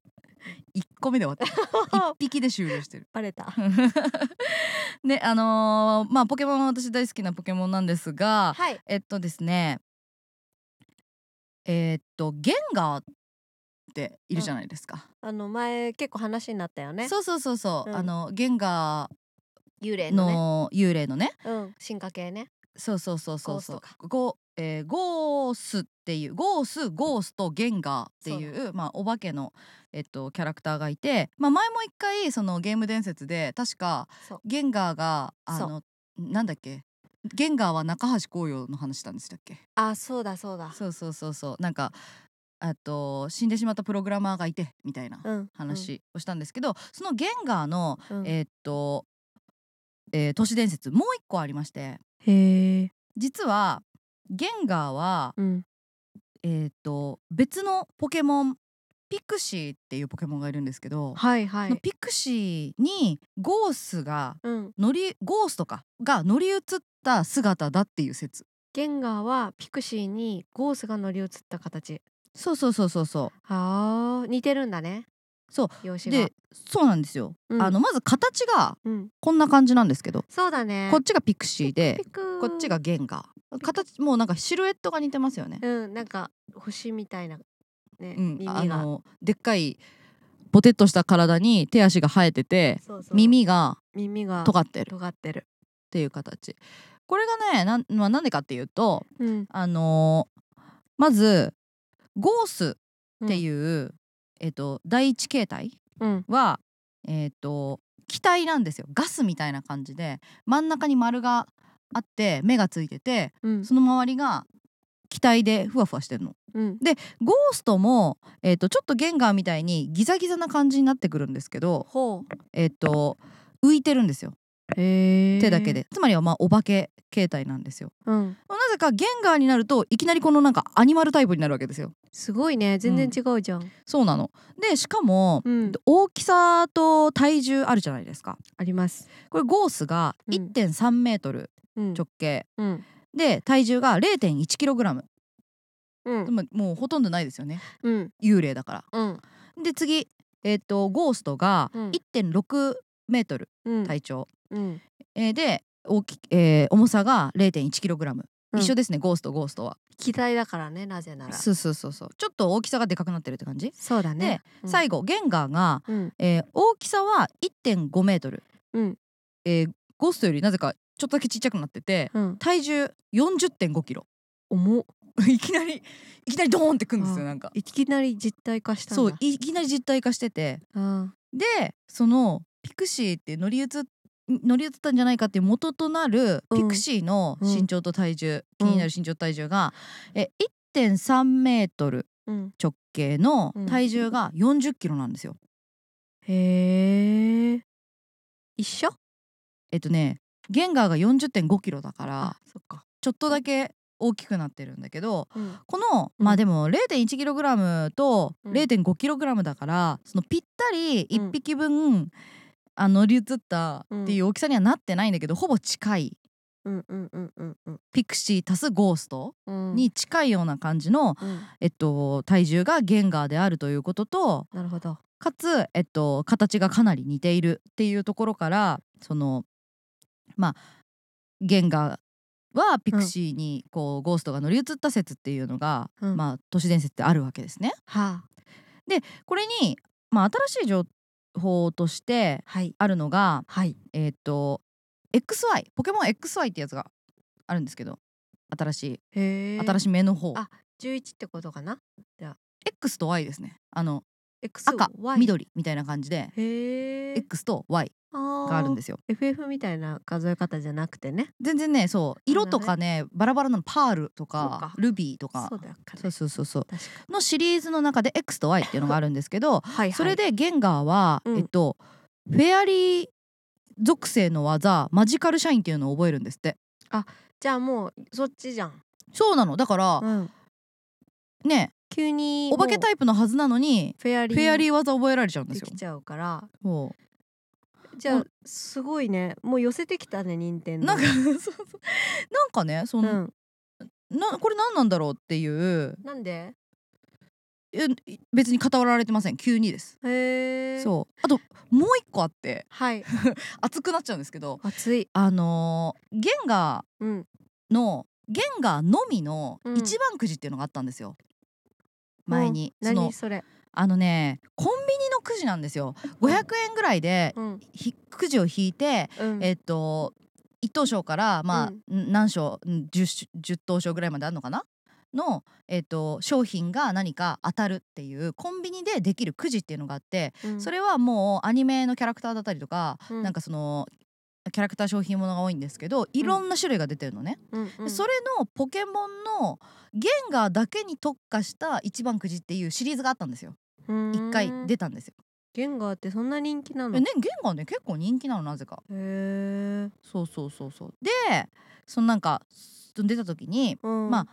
C: 一個目で終わ
D: [laughs]
C: った一匹で終了してる [laughs]
D: バレた
C: ねあのーまあポケモンは私大好きなポケモンなんですが
D: はい
C: えっとですねえーっとゲンガーっているじゃないですか、
D: あの前結構話になったよね
C: そうそうそうそう、
D: うん
C: あのゲンガー
D: 幽霊のね
C: の幽霊のね
D: うん進化系ね
C: そうそうそうそうそ
D: ゴー
C: う
D: ス
C: ゴ,、えーゴースっていうゴースゴースとゲンガーってい
D: そう
C: まあ、お化けの、えっと、キャラクターがいて、まあ、前も一回そのゲーム伝説で確か
D: そう
C: ゲンガーがあ
D: そう
C: のなんだっけゲンガーは中橋光陽の話したんでしたっけ
D: あそうだそうだ
C: そうそうそうそうなんかあと死んでしまったプログラマーがいてみたいな
D: うん
C: 話をしたんですけど、そのゲンガーの、
D: うん
C: えっと、えー都市伝説もう一個ありまして。
D: へえ
C: 実はゲンガーは、
D: うん
C: えー、と別のポケモンピクシーっていうポケモンがいるんですけど、
D: はいは
C: その
D: い
C: ピクシーにゴースが
D: うん
C: 乗りゴースとかが乗り移った姿だっていう説
D: ゲンガーはピクシーにゴースが乗り移った形
C: そうそうそうそうそ
D: あー似てるんだね
C: そう
D: 容
C: う
D: 姿が
C: でそうなんですよ、
D: うん
C: あのまず形が
D: うん
C: こんな感じなんですけど、
D: そうだね
C: こっちがピクシーで
D: ピク
C: こっちがゲンガー形もうなんかシルエットが似てますよね、
D: うんなんか星みたいなね
C: うん、
D: 耳
C: あ
D: が
C: のでっかいボテッとした体に手足が生えてて
D: そうそう
C: 耳が
D: 耳が
C: 尖ってるっ
D: 尖ってる
C: ていう形これがねなん、まあ、なんでかっていうと
D: うん
C: あのーまずゴースって
D: う
C: いう、えっと第一形態
D: うん
C: はえっ、と気体なんですよガスみたいな感じで真ん中に丸があって目がついてて
D: うん
C: その周りが気体でふわふわしてるの。
D: うん
C: ゴーストも、えっとちょっとゲンガーみたいにギザギザな感じになってくるんですけど、
D: ほ
C: えっと浮いてるんですよ
D: うへ
C: 手だけで、つまりはまあお化け形態なんですよ
D: うん
C: なぜかゲンガーになるといきなりこのなんかアニマルタイプになるわけですよ
D: すごいね全然違うじゃん
C: そうなのでしかも、
D: うん
C: 大きさと体重あるじゃないですか
D: あります
C: これゴースが
D: うん
C: 1.3メートル
D: うん
C: 直径、
D: うん
C: で体重が0.1キログラム
D: う
C: で
D: ん
C: ももうほとんどないですよね
D: うん
C: 幽霊だから
D: うん
C: で次えっ、とゴーストが
D: うん
C: 1.6メートル
D: うん
C: 体長、
D: うん
C: えーで大き、えー重さが0.1キログラム
D: うん
C: 一緒ですねゴーストゴーストは
D: 機体だからねなぜなら
C: そうそうそうそうちょっと大きさがでかくなってるって感じ、
D: そうだねうん
C: 最後ゲンガーが、
D: うん
C: えー大きさは1.5メートル、
D: うん
C: えーゴーストよりなぜかちょっとだけちっちゃくなってて
D: うん
C: 体重40.5キロ [laughs]
D: 重っ
C: いきなりいきなりドーンってくんです
D: あ
C: よなんか
D: いきなり実体化したんだ
C: そういきなり実体化してて
D: あ
C: でそのピクシーって乗り移乗り移ったんじゃないかっていう元となる
D: うん
C: ピクシーの身長と体重、
D: うん
C: 気になる身長と体重が、え1.3メートル
D: うん
C: 直径の
D: うん
C: 体重が40キロなんですよ。
D: へえ一緒
C: えっとねゲンガーが40.5キロだから
E: そっか
C: ちょっとだけ大きくなってるんだけど
D: うん
C: この、
D: うん
C: まあでも 0.1kg と
D: うん
C: 0.5kg だから、そのぴったり1匹分、あ乗り移ったっていう大きさにはなってないんだけど、ほぼ近い
D: うんうんうんうんうん
C: ピクシー足すゴースト
D: うん
C: に近いような感じの、
D: うん
C: えっと、体重がゲンガーであるということと
D: なるほど
C: かつ、えっと、形がかなり似ているっていうところからそのまあゲンガーはピクシーにこう、ゴーストが乗り移った説っていうのが、
D: うん
C: まあ、都市伝説ってあるわけですね。
D: はあ
C: これに、まあ、新しい情報として
D: はい
C: あるのが、
D: はい
C: えっと XY ポケモン XY ってやつがあるんですけど新しい
D: へえ
C: 新しい目の方、
D: あ十一ってことかな
C: X と Y ですねあの
D: X
C: 赤
D: Y
C: 緑みたいな感じで
D: へえ
C: X と Y があるんですよ
D: FF みたいな数え方じゃなくてね
C: 全然ねそう
D: なるほ
C: 色
D: どね
C: とかねバラバラなのパールと
D: そう
C: か
D: か
C: ルビーとか
D: そうだから
C: そうそうそうそう
D: 確か
C: のシリーズの中で X と Y っていうのがあるんですけど
D: はいはい
C: それでゲンガーは、
D: うん
C: えっとフェアリー属性の技マジカルシャインっていうのを覚えるんですって
D: じゃあもうそっちじゃん、
C: そうなのだから、
D: うん、
C: ね
D: 急に
C: お化けタ
D: イ
C: イプのはずなのに
D: フェアリ
C: フ
D: ー
C: ェアリー技覚えられちゃうんで
D: です
C: よ
D: きちゃうから
C: そ
D: じゃ
C: う
D: あすごいねもう寄せてきたね任天
C: う
D: 堂
C: なんか [laughs] そうそうなんかねそ、
D: うんん、
C: なこれ何なんだろうっていう
D: なんで
C: え別に語られてません急にです
D: へえう
C: そうあともう一個あって
D: はい
C: 熱くなっちゃうんですけど
D: 熱い
C: あのーゲンガ
D: うん
C: ーのゲンガーのみの
D: うん
C: 一番くじっていうのがあったんですよ、前に [laughs]
D: うん
C: その
D: 何それ
C: あのねコンビニのくじなんですよ500円ぐらいで
D: うん
C: ひくじを引いて
D: うん
C: えっと一等賞からまあ、ん何賞ん 10, 10等賞ぐらいまであるのかなの、えっと商品が何か当たるっていうコンビニでできるくじっていうのがあって
D: うん
C: それはもうアニメのキャラクターだったりとか
D: うん
C: なんかそのキャラクター商品物が多いんですけどいろんな種類が出てるのね、
D: うんうん
C: それのポケモンのゲンガーだけに特化した一番くじっていうシリーズがあったんですよ
D: うーん
C: 一回出たんですよ、
D: ゲンガーってそんな人気なの
C: えねゲンガーね結構人気なのなぜか
D: へえ
C: そうそうそうそうでそのなんかその出た時に
D: うん
C: まあ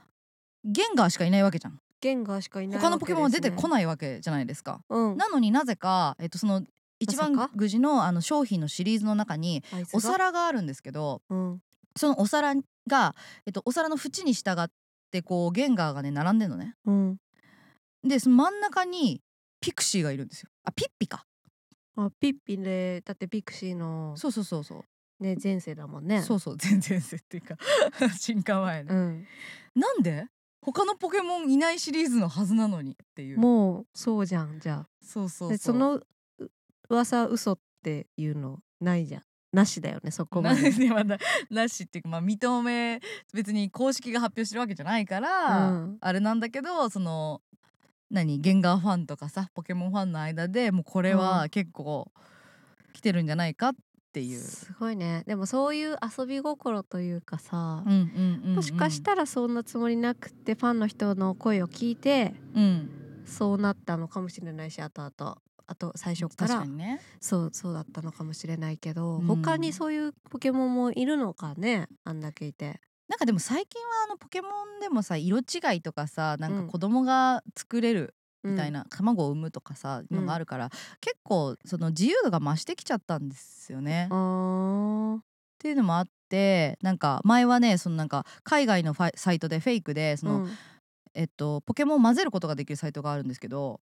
C: ゲンガーしかいないわけじゃん、
D: ゲンガーしかいない
C: 他のポケモンは出てこ
D: ない
C: ないわけじゃないですか
D: うん
C: なのになぜか、えっと、その一番
D: まさか
C: くじのあの商品のシリーズの中に
D: あいつが
C: お皿があるんですけど
D: うん
C: そのお皿が、えっと、お皿の縁に従ってこうゲンガーがね並んでんのね
D: うん
C: でその真ん中にピクシーがいるんですよあピッピか
D: あピッピでだってピクシーの
C: そうそうそうそう、
D: ね前世だもんね
C: そうそう全然設定か [laughs] 進化前ね、
D: うん
C: なんで他のポケモンいないシリーズのはずなのにっていう
D: もうそうじゃんじゃあ
C: そうそうそう
D: でそのう噂嘘っていうのないじゃんなしだよねそこま
C: な
D: で
C: んでま [laughs] だなしっていうか、まあ、認め別に公式が発表してるわけじゃないから、
D: うん
C: あれなんだけどその何ゲンガーファンとかさポケモンファンの間でもうこれは結構来てるんじゃないかって
D: [laughs]
C: いう。
D: すごいねでもそういう遊び心というかさ、
C: うんうんうんうん
D: もしかしたらそんなつもりなくてファンの人の声を聞いて
C: うん、
D: そうなったのかもしれないしあとあとあと最初か
C: 確からにね
D: そうそうだったのかもしれないけど、
C: うん
D: 他にそういうポケモンもいるのかねあんだけいて。
C: なんかでも最近はあのポケモンでもさ色違いとかさなんか
D: うん
C: 子供が作れるみたい
D: うん
C: な、卵を産むとかさのがあるから、結構その自由度が増してきちゃったんですよね。っ
D: あー
C: ていうのもあってなんか前はねそのなんか海外のファイサイトでフェイクでその、
D: うん
C: えっと、ポケモンを混ぜることができるサイトがあるんですけど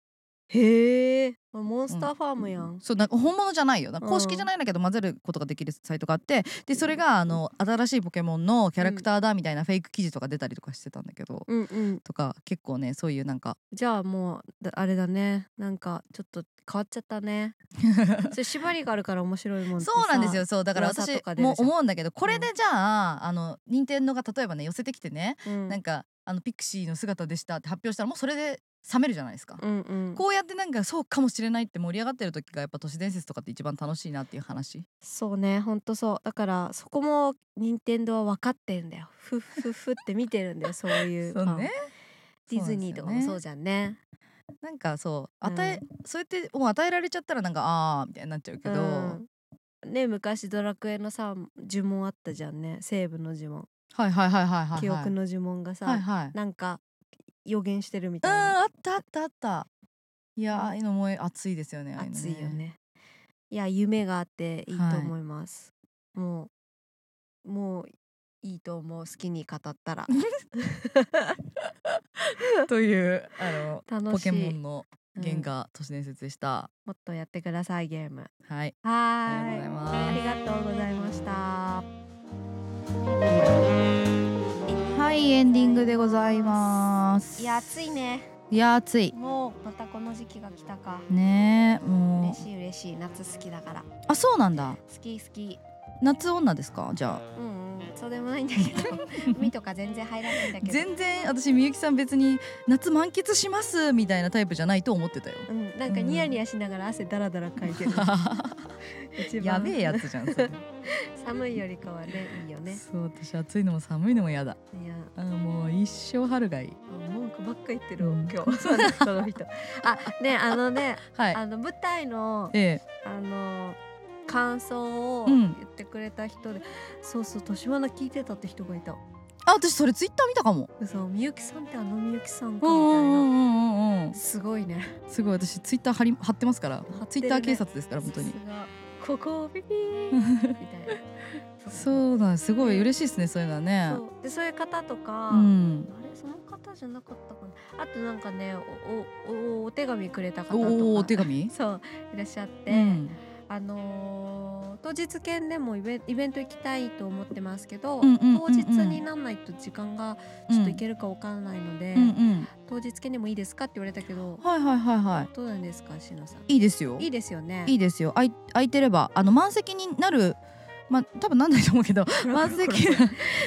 D: へえモンスターファームやん、
C: そうなんか本物じゃないよなんか
D: うん
C: 公式じゃないんだけど混ぜることができるサイトがあってでそれがあの新しいポケモンのキャラクターだみたいなフェイク記事とか出たりとかしてたんだけど。
D: うんうん
C: とか結構ねそういうなんか
D: じゃあもうだあれだねなんかちょっと変わっちゃっ
C: [laughs]
D: たねそれ縛りがあるから面白いもんってさ
C: そうなんですよそうだから
D: 噂
C: 私
D: とか出るじ
C: も
D: ゃん
C: 思うんだけどこれでじゃああの任天堂が例えばね寄せてきてね
D: うん
C: なんかあのピクシーの姿でしたって発表したらもうそれで冷めるじゃないですか。
D: うんうん
C: こうやってなんかそうかもしれないって盛り上がってる時がやっぱ都市伝説とかって一番楽しいなっていう話。
D: そうねほんとそうだからそこも任天堂は分かってるんだよふっふっふって見てるんだよそういう
C: そう
D: ファン
C: ね。
D: ディズニーとかもそうじゃんね
C: なんかそう与え、
D: う
C: そうやってもう与えられちゃったらなんかああみたいになっちゃうけど、
D: うんね昔ドラクエのさ呪文あったじゃんね西部の呪文
C: はいはいはいはいはいはい
D: 記憶の呪文がさ、
C: はいはい。うん
D: なんか予言してるみたいな
C: あったあったあった。いやーああいうのも熱いですよね。ああうの
D: 熱いよ。ねいや夢があっていいと思います、もうもういいと思う好きに語った [laughs] ら
C: [laughs] というあのポ
D: 楽しい
C: ケモンの
D: うん
C: 原画都市伝説でした。
D: もっとやってくださいゲーム
C: はい。
D: はーい
C: ありがとうございます
D: ありがとうございました
C: はいエンディングでございます
D: いや暑いね
C: いや暑い
D: もうまたこの時期が来たか
C: ねえも
D: 嬉
C: う
D: しい嬉しい夏好きだから
C: あそうなんだ
D: 好き好き
C: 夏女ですかじゃあ
D: うんうんそうでもないんだけ [laughs] ど海とか全然入らないんだけど
C: 全然私みゆきさん別に夏満喫しますみたいなタイプじゃないと思ってた
D: [laughs]
C: よ
D: うん、なんかニヤニヤしながら汗だらだらかいてる一番
C: やべえやつじゃんそ
D: [laughs]
C: れ
D: 寒いよりかはねいいよね
C: そう私暑いのも寒いのも嫌だ
D: いや
C: あもう一生春がいい
D: もう文句ばっか言ってる、
C: うん
D: 今日そうですこの
C: [laughs]
D: 人あねあのね
C: はい
D: あの舞台の
C: ええ
D: あの感想を
C: うん
D: 言ってくれた人で、そうそう年花聞いてたって人がいた
C: あ私それツイッター見たかも
D: そうみゆきさんってあのみゆきさんか
C: うん
D: みたいな、
C: うんうんうんうん
D: すごいね
C: すごい私ツイッター貼り貼ってますから、
D: 貼って
C: ツ
D: るね
C: イッター警察ですから本当に
D: さすがここをビビーみたいな
C: [laughs] そうだすごい嬉しいですねそういうのはね
D: そうでそういう方とか、
C: うん
D: あれその方じゃなかったかなあとなんかねおおおお手紙くれた方とか
C: おお手紙
D: そういらっしゃって、
C: うん
D: あのー当日券でもイベイベント行きたいと思ってますけど、
C: うんうんうんうん
D: 当日になんないと時間がちょっと行けるかわからないので、
C: うんうん
D: 当日券でもいいですかって言われたけど、
C: はいはいはいは
D: どうなんですかしのさん
C: いいいですよ
D: いいですよね
C: いいですよあい空いてればあの満席になるまあ多分なんないと思うけ
D: [laughs]
C: ど満席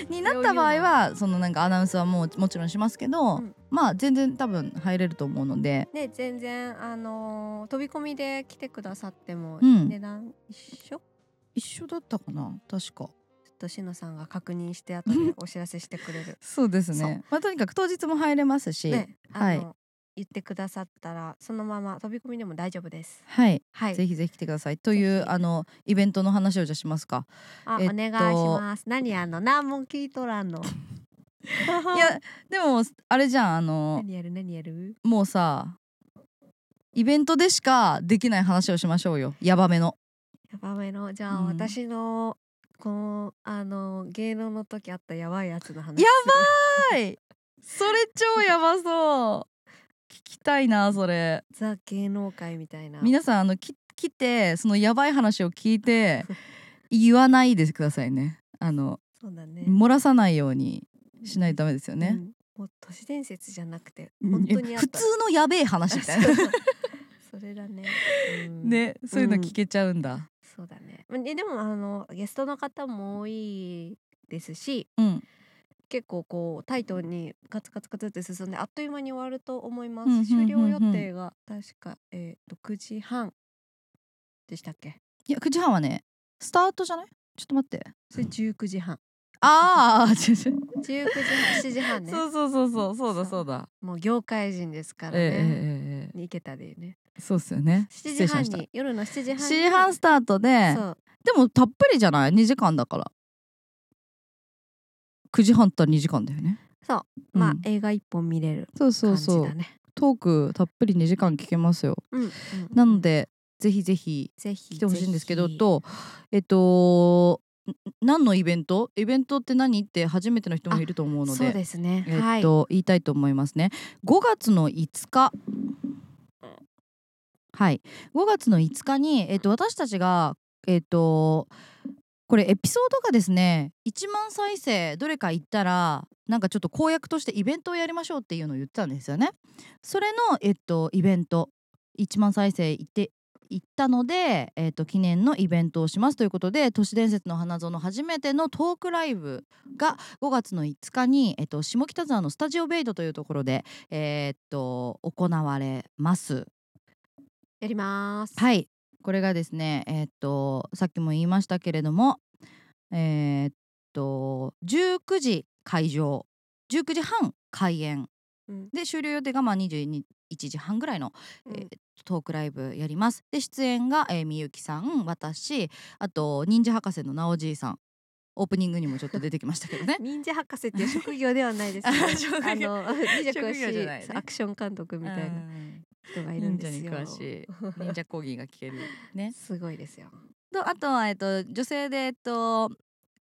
C: になった場合はそのなんかアナウンスはもうもちろんしますけど、
D: うん
C: まあ全然多分入れると思うので
D: ね全然あのー飛び込みで来てくださっても
C: うん
D: 値段一緒、
C: 一緒だったかな確か
D: ちょっとしのさんが確認して後でお知らせしてくれる
C: そうです
D: ね
C: ねまあとにかく当日も入れますし、
D: ねあ
C: [laughs]
D: の、
C: はい
D: 言ってくださったらそのまま飛び込みでも大丈夫です
C: はい、
D: はい
C: ぜひぜひ来てくださいというあのイベントの話をじゃあしますか
D: あ、
C: えっと
D: お願いします何あの何も聞いとらんの
C: [laughs] いやでもあれじゃんあの
D: [laughs] 何やる何やる
C: もうさイベントでしかできない話をしましょうよヤバめの
D: やばめのじゃあ、
C: うん
D: 私のこのあの芸能の時あったやばいやつの話
C: や
D: ば
C: はいそれ超やばそう聞きたいなそれ
D: いザ芸能界みたいな
C: 皆さんあのき来てそのやばい話を聞いて [laughs] 言わないでくださいねあの
D: そうだね
C: 漏らさないようにしないとダメですよね、
D: うんもう都市伝説じゃなくて
C: うん
D: 本当にあっ
C: 普
D: た
C: 通のやべえ話みたい
D: [laughs] そう
C: な [laughs]
D: そうそれだね、うん
C: ねそういうの聞けちゃうんだ
D: そうだねまででもあのゲストの方も多いですし
C: うん、
D: 結構こうタイトにカツカツカツって進んであっという間に終わると思います、
C: うんうんうんうん
D: 終了予定が確か、えー、と9時半でしたっけ
C: いや9時半はねスタートじゃないちょっと待って
D: それ19時半
C: ああ違う違う
D: 19時半7時半ね
E: そうそうそうそうそうだそうだ。
D: もう業界人ですから
E: ええ
D: ね、
E: ええええ
D: に行けたでね
C: そうっすよね
D: 7時半
C: 失礼し
D: に夜の7時
C: ま
D: 半
C: し
D: に
C: た7時半スタートで
D: そう
C: でもたっぷりじゃない2時間だから9時半ったら2時間だよね
D: そうまあ、
C: うん
D: 映画一本見れる
C: そうそ
D: 感
C: う
D: じ
C: そう、
D: だね
C: トークたっぷり2時間聞けますよ
D: うんうん
C: なのでぜひぜひ
D: ぜひ
C: 来てほしいんですけど
D: ぜひ
C: とえっとん何のイベントイベントって何って初めての人もいると思うの
D: そう
C: で
D: ですね、は
C: えっ
D: い
C: と、言いたいと思いますね5月の5日はい5月の5日に、えっと、私たちがえっとこれエピソードがですね1万再生どれか言ったらなんかちょっと公約としてイベントをやりましょうっていうのを言ってたんですよねそれのえっとイベント1万再生いっていったので、えー、と記念のイベントをしますということで都市伝説の花園初めてのトークライブが5月の5日に、えー、と下北沢のスタジオベイドというところで、えー、と行われます。
D: やります。い。
C: はいこれがですねえーっとさっきも言いましたけれどもえーっと19時会場19時半開演
D: うん
C: で終了予定がまあ21時半ぐらいのえートークライブやりますで出演が、えー、みゆきさん私あと忍者博士のなおじいさんオープニングにもちょっと出てきましたけどね
D: 忍者博士っていう職業ではないです
C: あ
D: けど
C: [laughs] 職業
D: あの忍者詳
E: 職業
D: し
E: じ
D: い
E: ゃないね
D: アクション監督 [laughs] みたいな人がいるん
E: 忍
D: で
E: 者
D: す
E: に
D: よ。
E: 詳しい忍者講義が聞ける
C: [laughs]
E: ね
D: すごいですよ。
C: とあとは、えーっと女性で、えーっと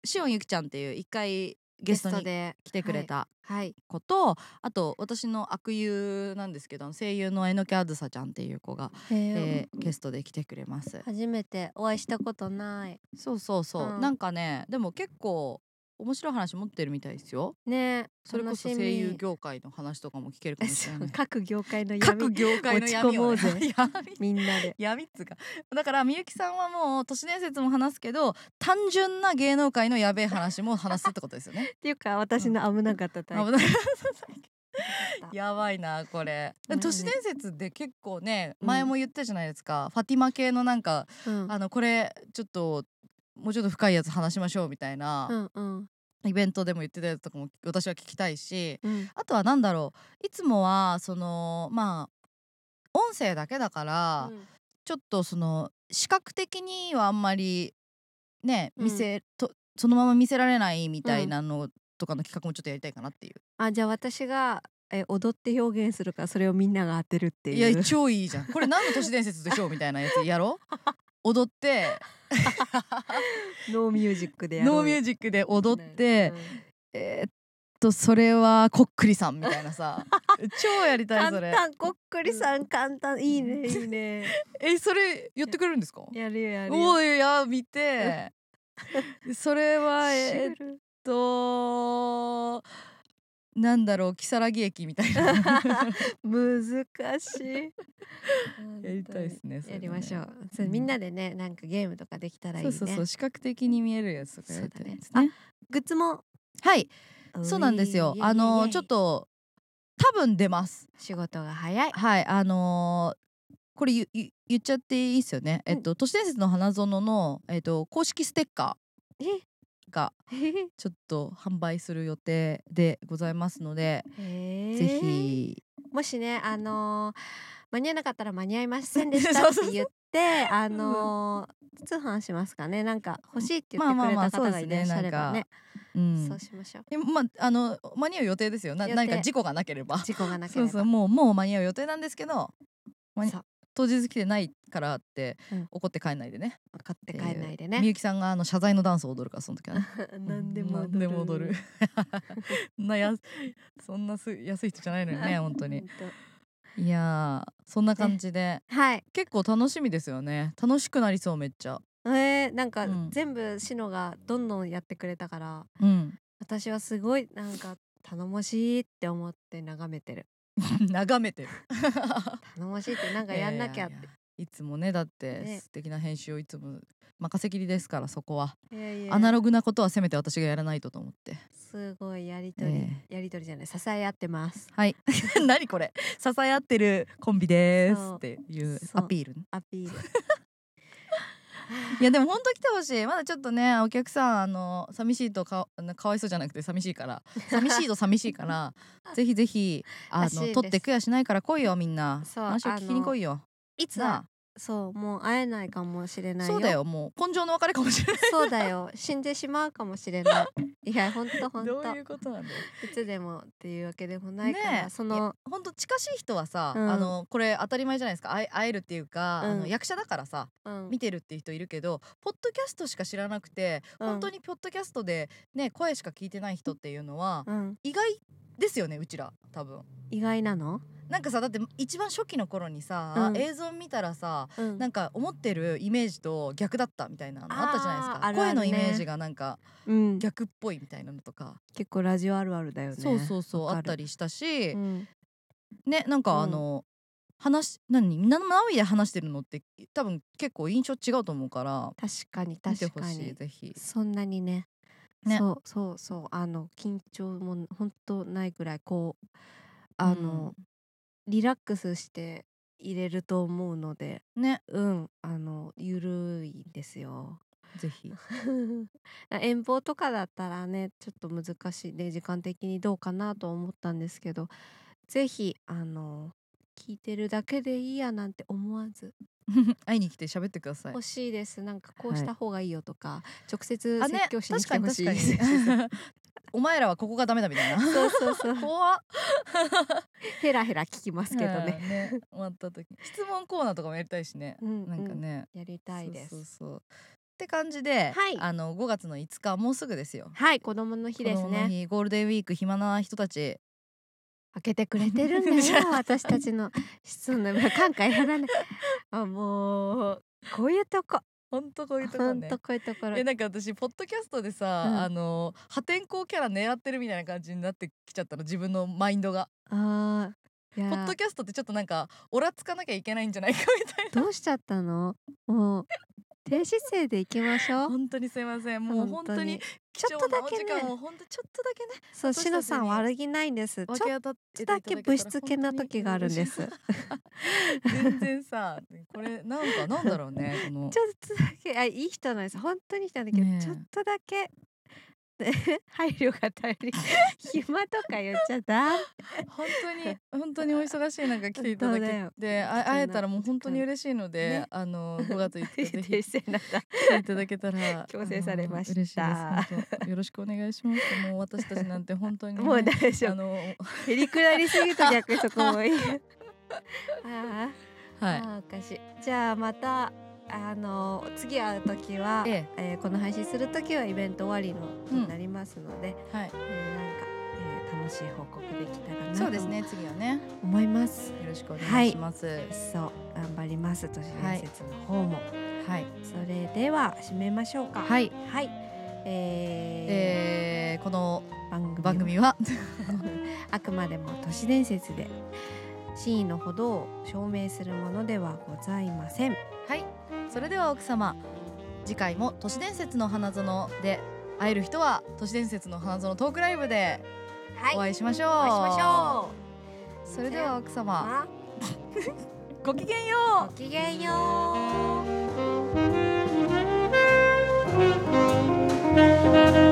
C: しおんゆきちゃんっていう一回ゲストに
D: で
C: 来てくれた、
D: はい
C: ことあと私の悪友なんですけど声優のえのきあずさちゃんっていう子が、えーゲストで来てくれます。
D: 初めてお会いしたことない
C: そうそうそう、
D: うん
C: なんかねでも結構面白い話持ってるみたいですよ。
D: ね
C: それこそ
D: 楽しみ。
C: 声優業界の話とかも聞けるかもしれない
D: [laughs] 各業界の
C: 各
D: 闇
C: 業界の闇を、ね、
D: 落ち込もうぜ
C: [laughs] 闇
D: みんなで
C: 闇っつうかだからみゆきさんはもう都市伝説も話すけど単純な芸能界のやべえ話も話すってことですよ
D: [laughs]
C: ね。
D: っていうか私の危なかったタイ
C: 危
D: プ
C: [laughs] ないやばいなこれ
D: まあね
C: 都市伝説で結構ね
D: うん
C: 前も言ったじゃないですか、ファティマ系のなんか
D: うん
C: あのこれちょっともうちょっと深いやつ話しましょうみたいな、
D: うんうん
C: イベントでも言ってたやつとかも私は聞きたいし
D: うん
C: あとは何だろういつもはそのまあ音声だけだから、
D: うん
C: ちょっとその視覚的にはあんまりね
D: うん
C: 見せ、とそのまま見せられないみたいなのとかの企画もちょっとやりたいかなっていう。
D: あじゃあ私がえ踊って表現するからそれをみんなが当てるっていう
C: いや超いいじゃんこれ何の都市伝説でしょうみたいなや
D: [laughs]
C: つやろ踊って
D: ノーミュージックでやろう
C: ノーミュージックで踊って、
D: ね
C: えーっとそれはこっくりさんみたいなさ
D: [laughs]
C: 超やりたいそ
D: 簡
C: れ
D: 単こっくりさん簡単いいねいいね
C: えそれ言ってくれるんですか
D: やるよやるよ
C: おいや見てそれ
D: [laughs]
C: はえーっ
D: シュール
C: となんだろう如月駅みたい [laughs] な
D: 難しい
C: [laughs] やりたいですねそれね
D: やりましょう、そううんみんなでねなんかゲームとかできたらいい
C: そう
D: ね
C: そうそう視覚的に見えるやつとかやりたいですね
D: グッズも
C: はいそうなんですよ
D: いえいえいえ
C: あのちょっと多分出ます
D: 仕事が早い
C: はいあのーこれゆゆ言っちゃっていいですよね、えっと都市伝説の花園のえっと公式ステッカーがちょっと販売する予定でございますので、ぜ
D: ぜ
C: ひ
D: もしねあのー間に合わなかったら間に合いません
C: [laughs]
D: でしたって言ってあのー通販しますかねなんか欲しいって言ってくれた方がいらっしゃればね
C: うん
D: そうしましょう
C: えまあの間に合う予定ですよな
D: 予定
C: 何か事故がなければ
D: 事故がなけ
C: そ
D: れ
C: う
D: ば
C: そうもうもう間に合う予定なんですけど間に
D: そう
C: 当日来てないからって、
D: うん
C: 怒って帰んないでね
D: 買って帰んないで
C: み
D: ね
C: ゆきさんがあの謝罪のダンスを踊るから
D: [laughs]
C: その時はね
D: 何でも
C: 何でも踊る [laughs] そんなやそんなす安い人じゃないのよね本当に
D: ほんと
C: いやーそんな感じで、
D: はい
C: 結構楽しみですよね楽しくなりそうめっちゃ
D: えー、なんか
C: うん
D: 全部シノがどんどんやってくれたから
C: うん [coughs]
D: 私はすごいなんか頼もしいって思って眺めてる
C: 眺めてる
D: 頼もしいってなんかやんなきゃって
C: いやいやいやいつもねだって
D: ね
C: 素敵な編集をいつも任せきりですからそこは、
D: いやいや
C: アナログなことはせめて私がやらないとと思って
D: すごいやりとり、
C: え
D: やりとりじゃない支え合ってます
C: はい [laughs] 何これ支え合ってるコンビです
D: そう
C: っていう
D: そう
C: アピールね
D: アピール
C: いやでも本当来てほしいまだちょっとねお客さんあの寂しいとかかわいそうじゃなくて寂しい
D: [laughs]
C: から寂しいと寂しいからぜひぜひあ
D: らしいで
C: の
D: す
C: 取ってくやしないから来いよみんな
D: そう
C: 話を聞きに来いよ
D: いつ
C: な
D: はそうもう会えないかもしれ
C: あ
D: ないよ
C: そうだよもう根性の別れかもしれない
D: そうだよ死んでしまうかもしれな
C: [laughs]
D: いいやほんとほんとい
C: ことなんだよ
D: つでもっていうわけでもないから、
C: ねえ
D: そ
C: い
D: の
C: 本当近しい人はさ、
D: うん
C: あのこれ当たり前じゃないですか会え会えるっていうか、あの
D: うん
C: 役者だからさ
D: うん
C: 見てるっていう人いるけどポッドキャストしか知らなくて、
D: うん
C: 本当にポッドキャストでね声しか聞いてない人っていうのは、
D: うん
C: 意外ですよねうちら多分。
D: 意外なの、
C: なんかさだって一番初期の頃にさ、
D: うん
C: 映像見たらさ
D: うん
C: なんか思ってるイメージと逆だったみたいなのあったじゃないですか
D: あーあるあ
C: 声
D: るね
C: のイメージがなんか
D: うん
C: 逆っぽいみたいなのとか、
D: 結構ラジオあるあるだよね
C: そうそうそう
D: わ
C: あ
D: か
C: っ
D: る
C: たりしたし、
D: うん
C: ねなん
D: うん
C: かあの、話し何みんな涙で話してるのって多分結構印象違うと思うから
D: 確かに
C: 見て
D: 確
C: ほ
D: か
C: しい
D: に
C: ぜひ
D: そんなにね
C: ね
D: そうそうそうあの緊張も本当ないぐらいこうあの、リラックスして入れると思うので
C: うんね
D: うんあのゆるいですよ [laughs]
C: ぜひ
D: 遠方とかだったらねちょっと難しいで時間的にどうかなと思ったんですけどぜひあの聞いてるだけでいいやなんて思わず
C: [laughs] 会いに来て喋ってください
D: 欲しいですなんかこう
C: はい
D: した方がいいよとか、直接
C: あね
D: 説教しに来てほしい、
C: 確かに [laughs] 確か
D: [laughs]
C: にお前らはここがダメだみたいな
D: そうそうそう
C: 怖っ
D: ヘラヘラ聞きますけど
C: [laughs]
D: ね、
C: うんね終わった時質問コーナーとかもやりたいしね、
D: うん
C: なんかね、
D: やりたいです
C: そうそうそうって感じで、
D: はい
C: あの5月の5日もうすぐですよ
D: はい子供の日です
C: 子供の
D: ね
C: 日ゴールデンウィーク暇な人たち
D: 開けてくれてるんだ
C: じゃ
D: よ私たちの質問の感化やらないあもうこういうとこ
C: ほんとこういうとこ
D: ほん
C: ね
D: とこういうところ
C: えなんか私ポッドキャストでさ、
D: うん
C: あの破天荒キャラ狙ってるみたいな感じになってきちゃったの自分のマインドが
D: あーい
C: ポッ
D: や
C: ドキャストってちょっとなんかオラつかなきゃいけないんじゃないかみたいな
D: どうしちゃったのもう低姿勢でいきまし [laughs] ょう
C: 本当にすいませんもう本当に貴
D: ちょっ
C: 重
D: と
C: な
D: だ
C: お
D: け
C: 時
D: ね
C: 間を本当ちょっとだけね
D: そう
C: 私たち
D: し
C: に
D: のさん悪気ないんですちょっ
C: 分け当たっていた
D: だ
C: だけ
D: け
C: たら
D: 物質系な時があるんです
C: 本当に全然さこれなんかなんだろうねこの
D: [laughs] ちょっとだけあいい人なんです本当にいい人なんだけど、
C: ねえ
D: ちょっとだけ [laughs] 配慮が足
C: [laughs]
D: り [laughs] 暇とか言っちゃだ
C: 本当
D: [laughs]
C: に本当にお忙しい中来ていただ
D: 本当だよ
C: けてあ会えたらもう本当に嬉しいので、
D: ね
C: あ
D: [laughs]
C: の5月5日ぜひ
D: 低姿勢なんだ
C: 来ていただけたら
D: 強制されました
C: あの嬉しいです本当よろしくお願いしますもう私たちなんて本当にね、
D: もう大丈
C: あ
D: 夫
C: の
D: へりくだりすぎると逆にそ
C: [laughs]
D: こもいいああ、
C: はい
D: ああおかしいじゃあまたあの次会う時は、え
C: え
D: ーこの配信する時はイベント終わりの
C: うん
D: になりますので、
C: えはい
D: えーなんか、えー楽しい報告できたら
C: そ
D: な
C: うです
D: と
C: ね次はね
D: 思います
C: よろしくお願いしますは
D: そう頑張ります都市伝説の方も、
C: い
D: それでは締めましょうか、
C: はいい、
D: はいえ
C: えー、この
D: ー番組は
C: 番組は [laughs]
D: あくまでも都市伝説で真意のほどを証明するものではございません
C: はいそれでは奥様次回も都市伝説の花園で会える人は都市伝説の花園トークライブで
D: は
C: お
D: お会
C: 会い
D: い
C: しましょう、
D: しましょ
C: うそれでは奥
D: う
C: 様
D: ま
C: ごきげんよう
D: あごきげんよう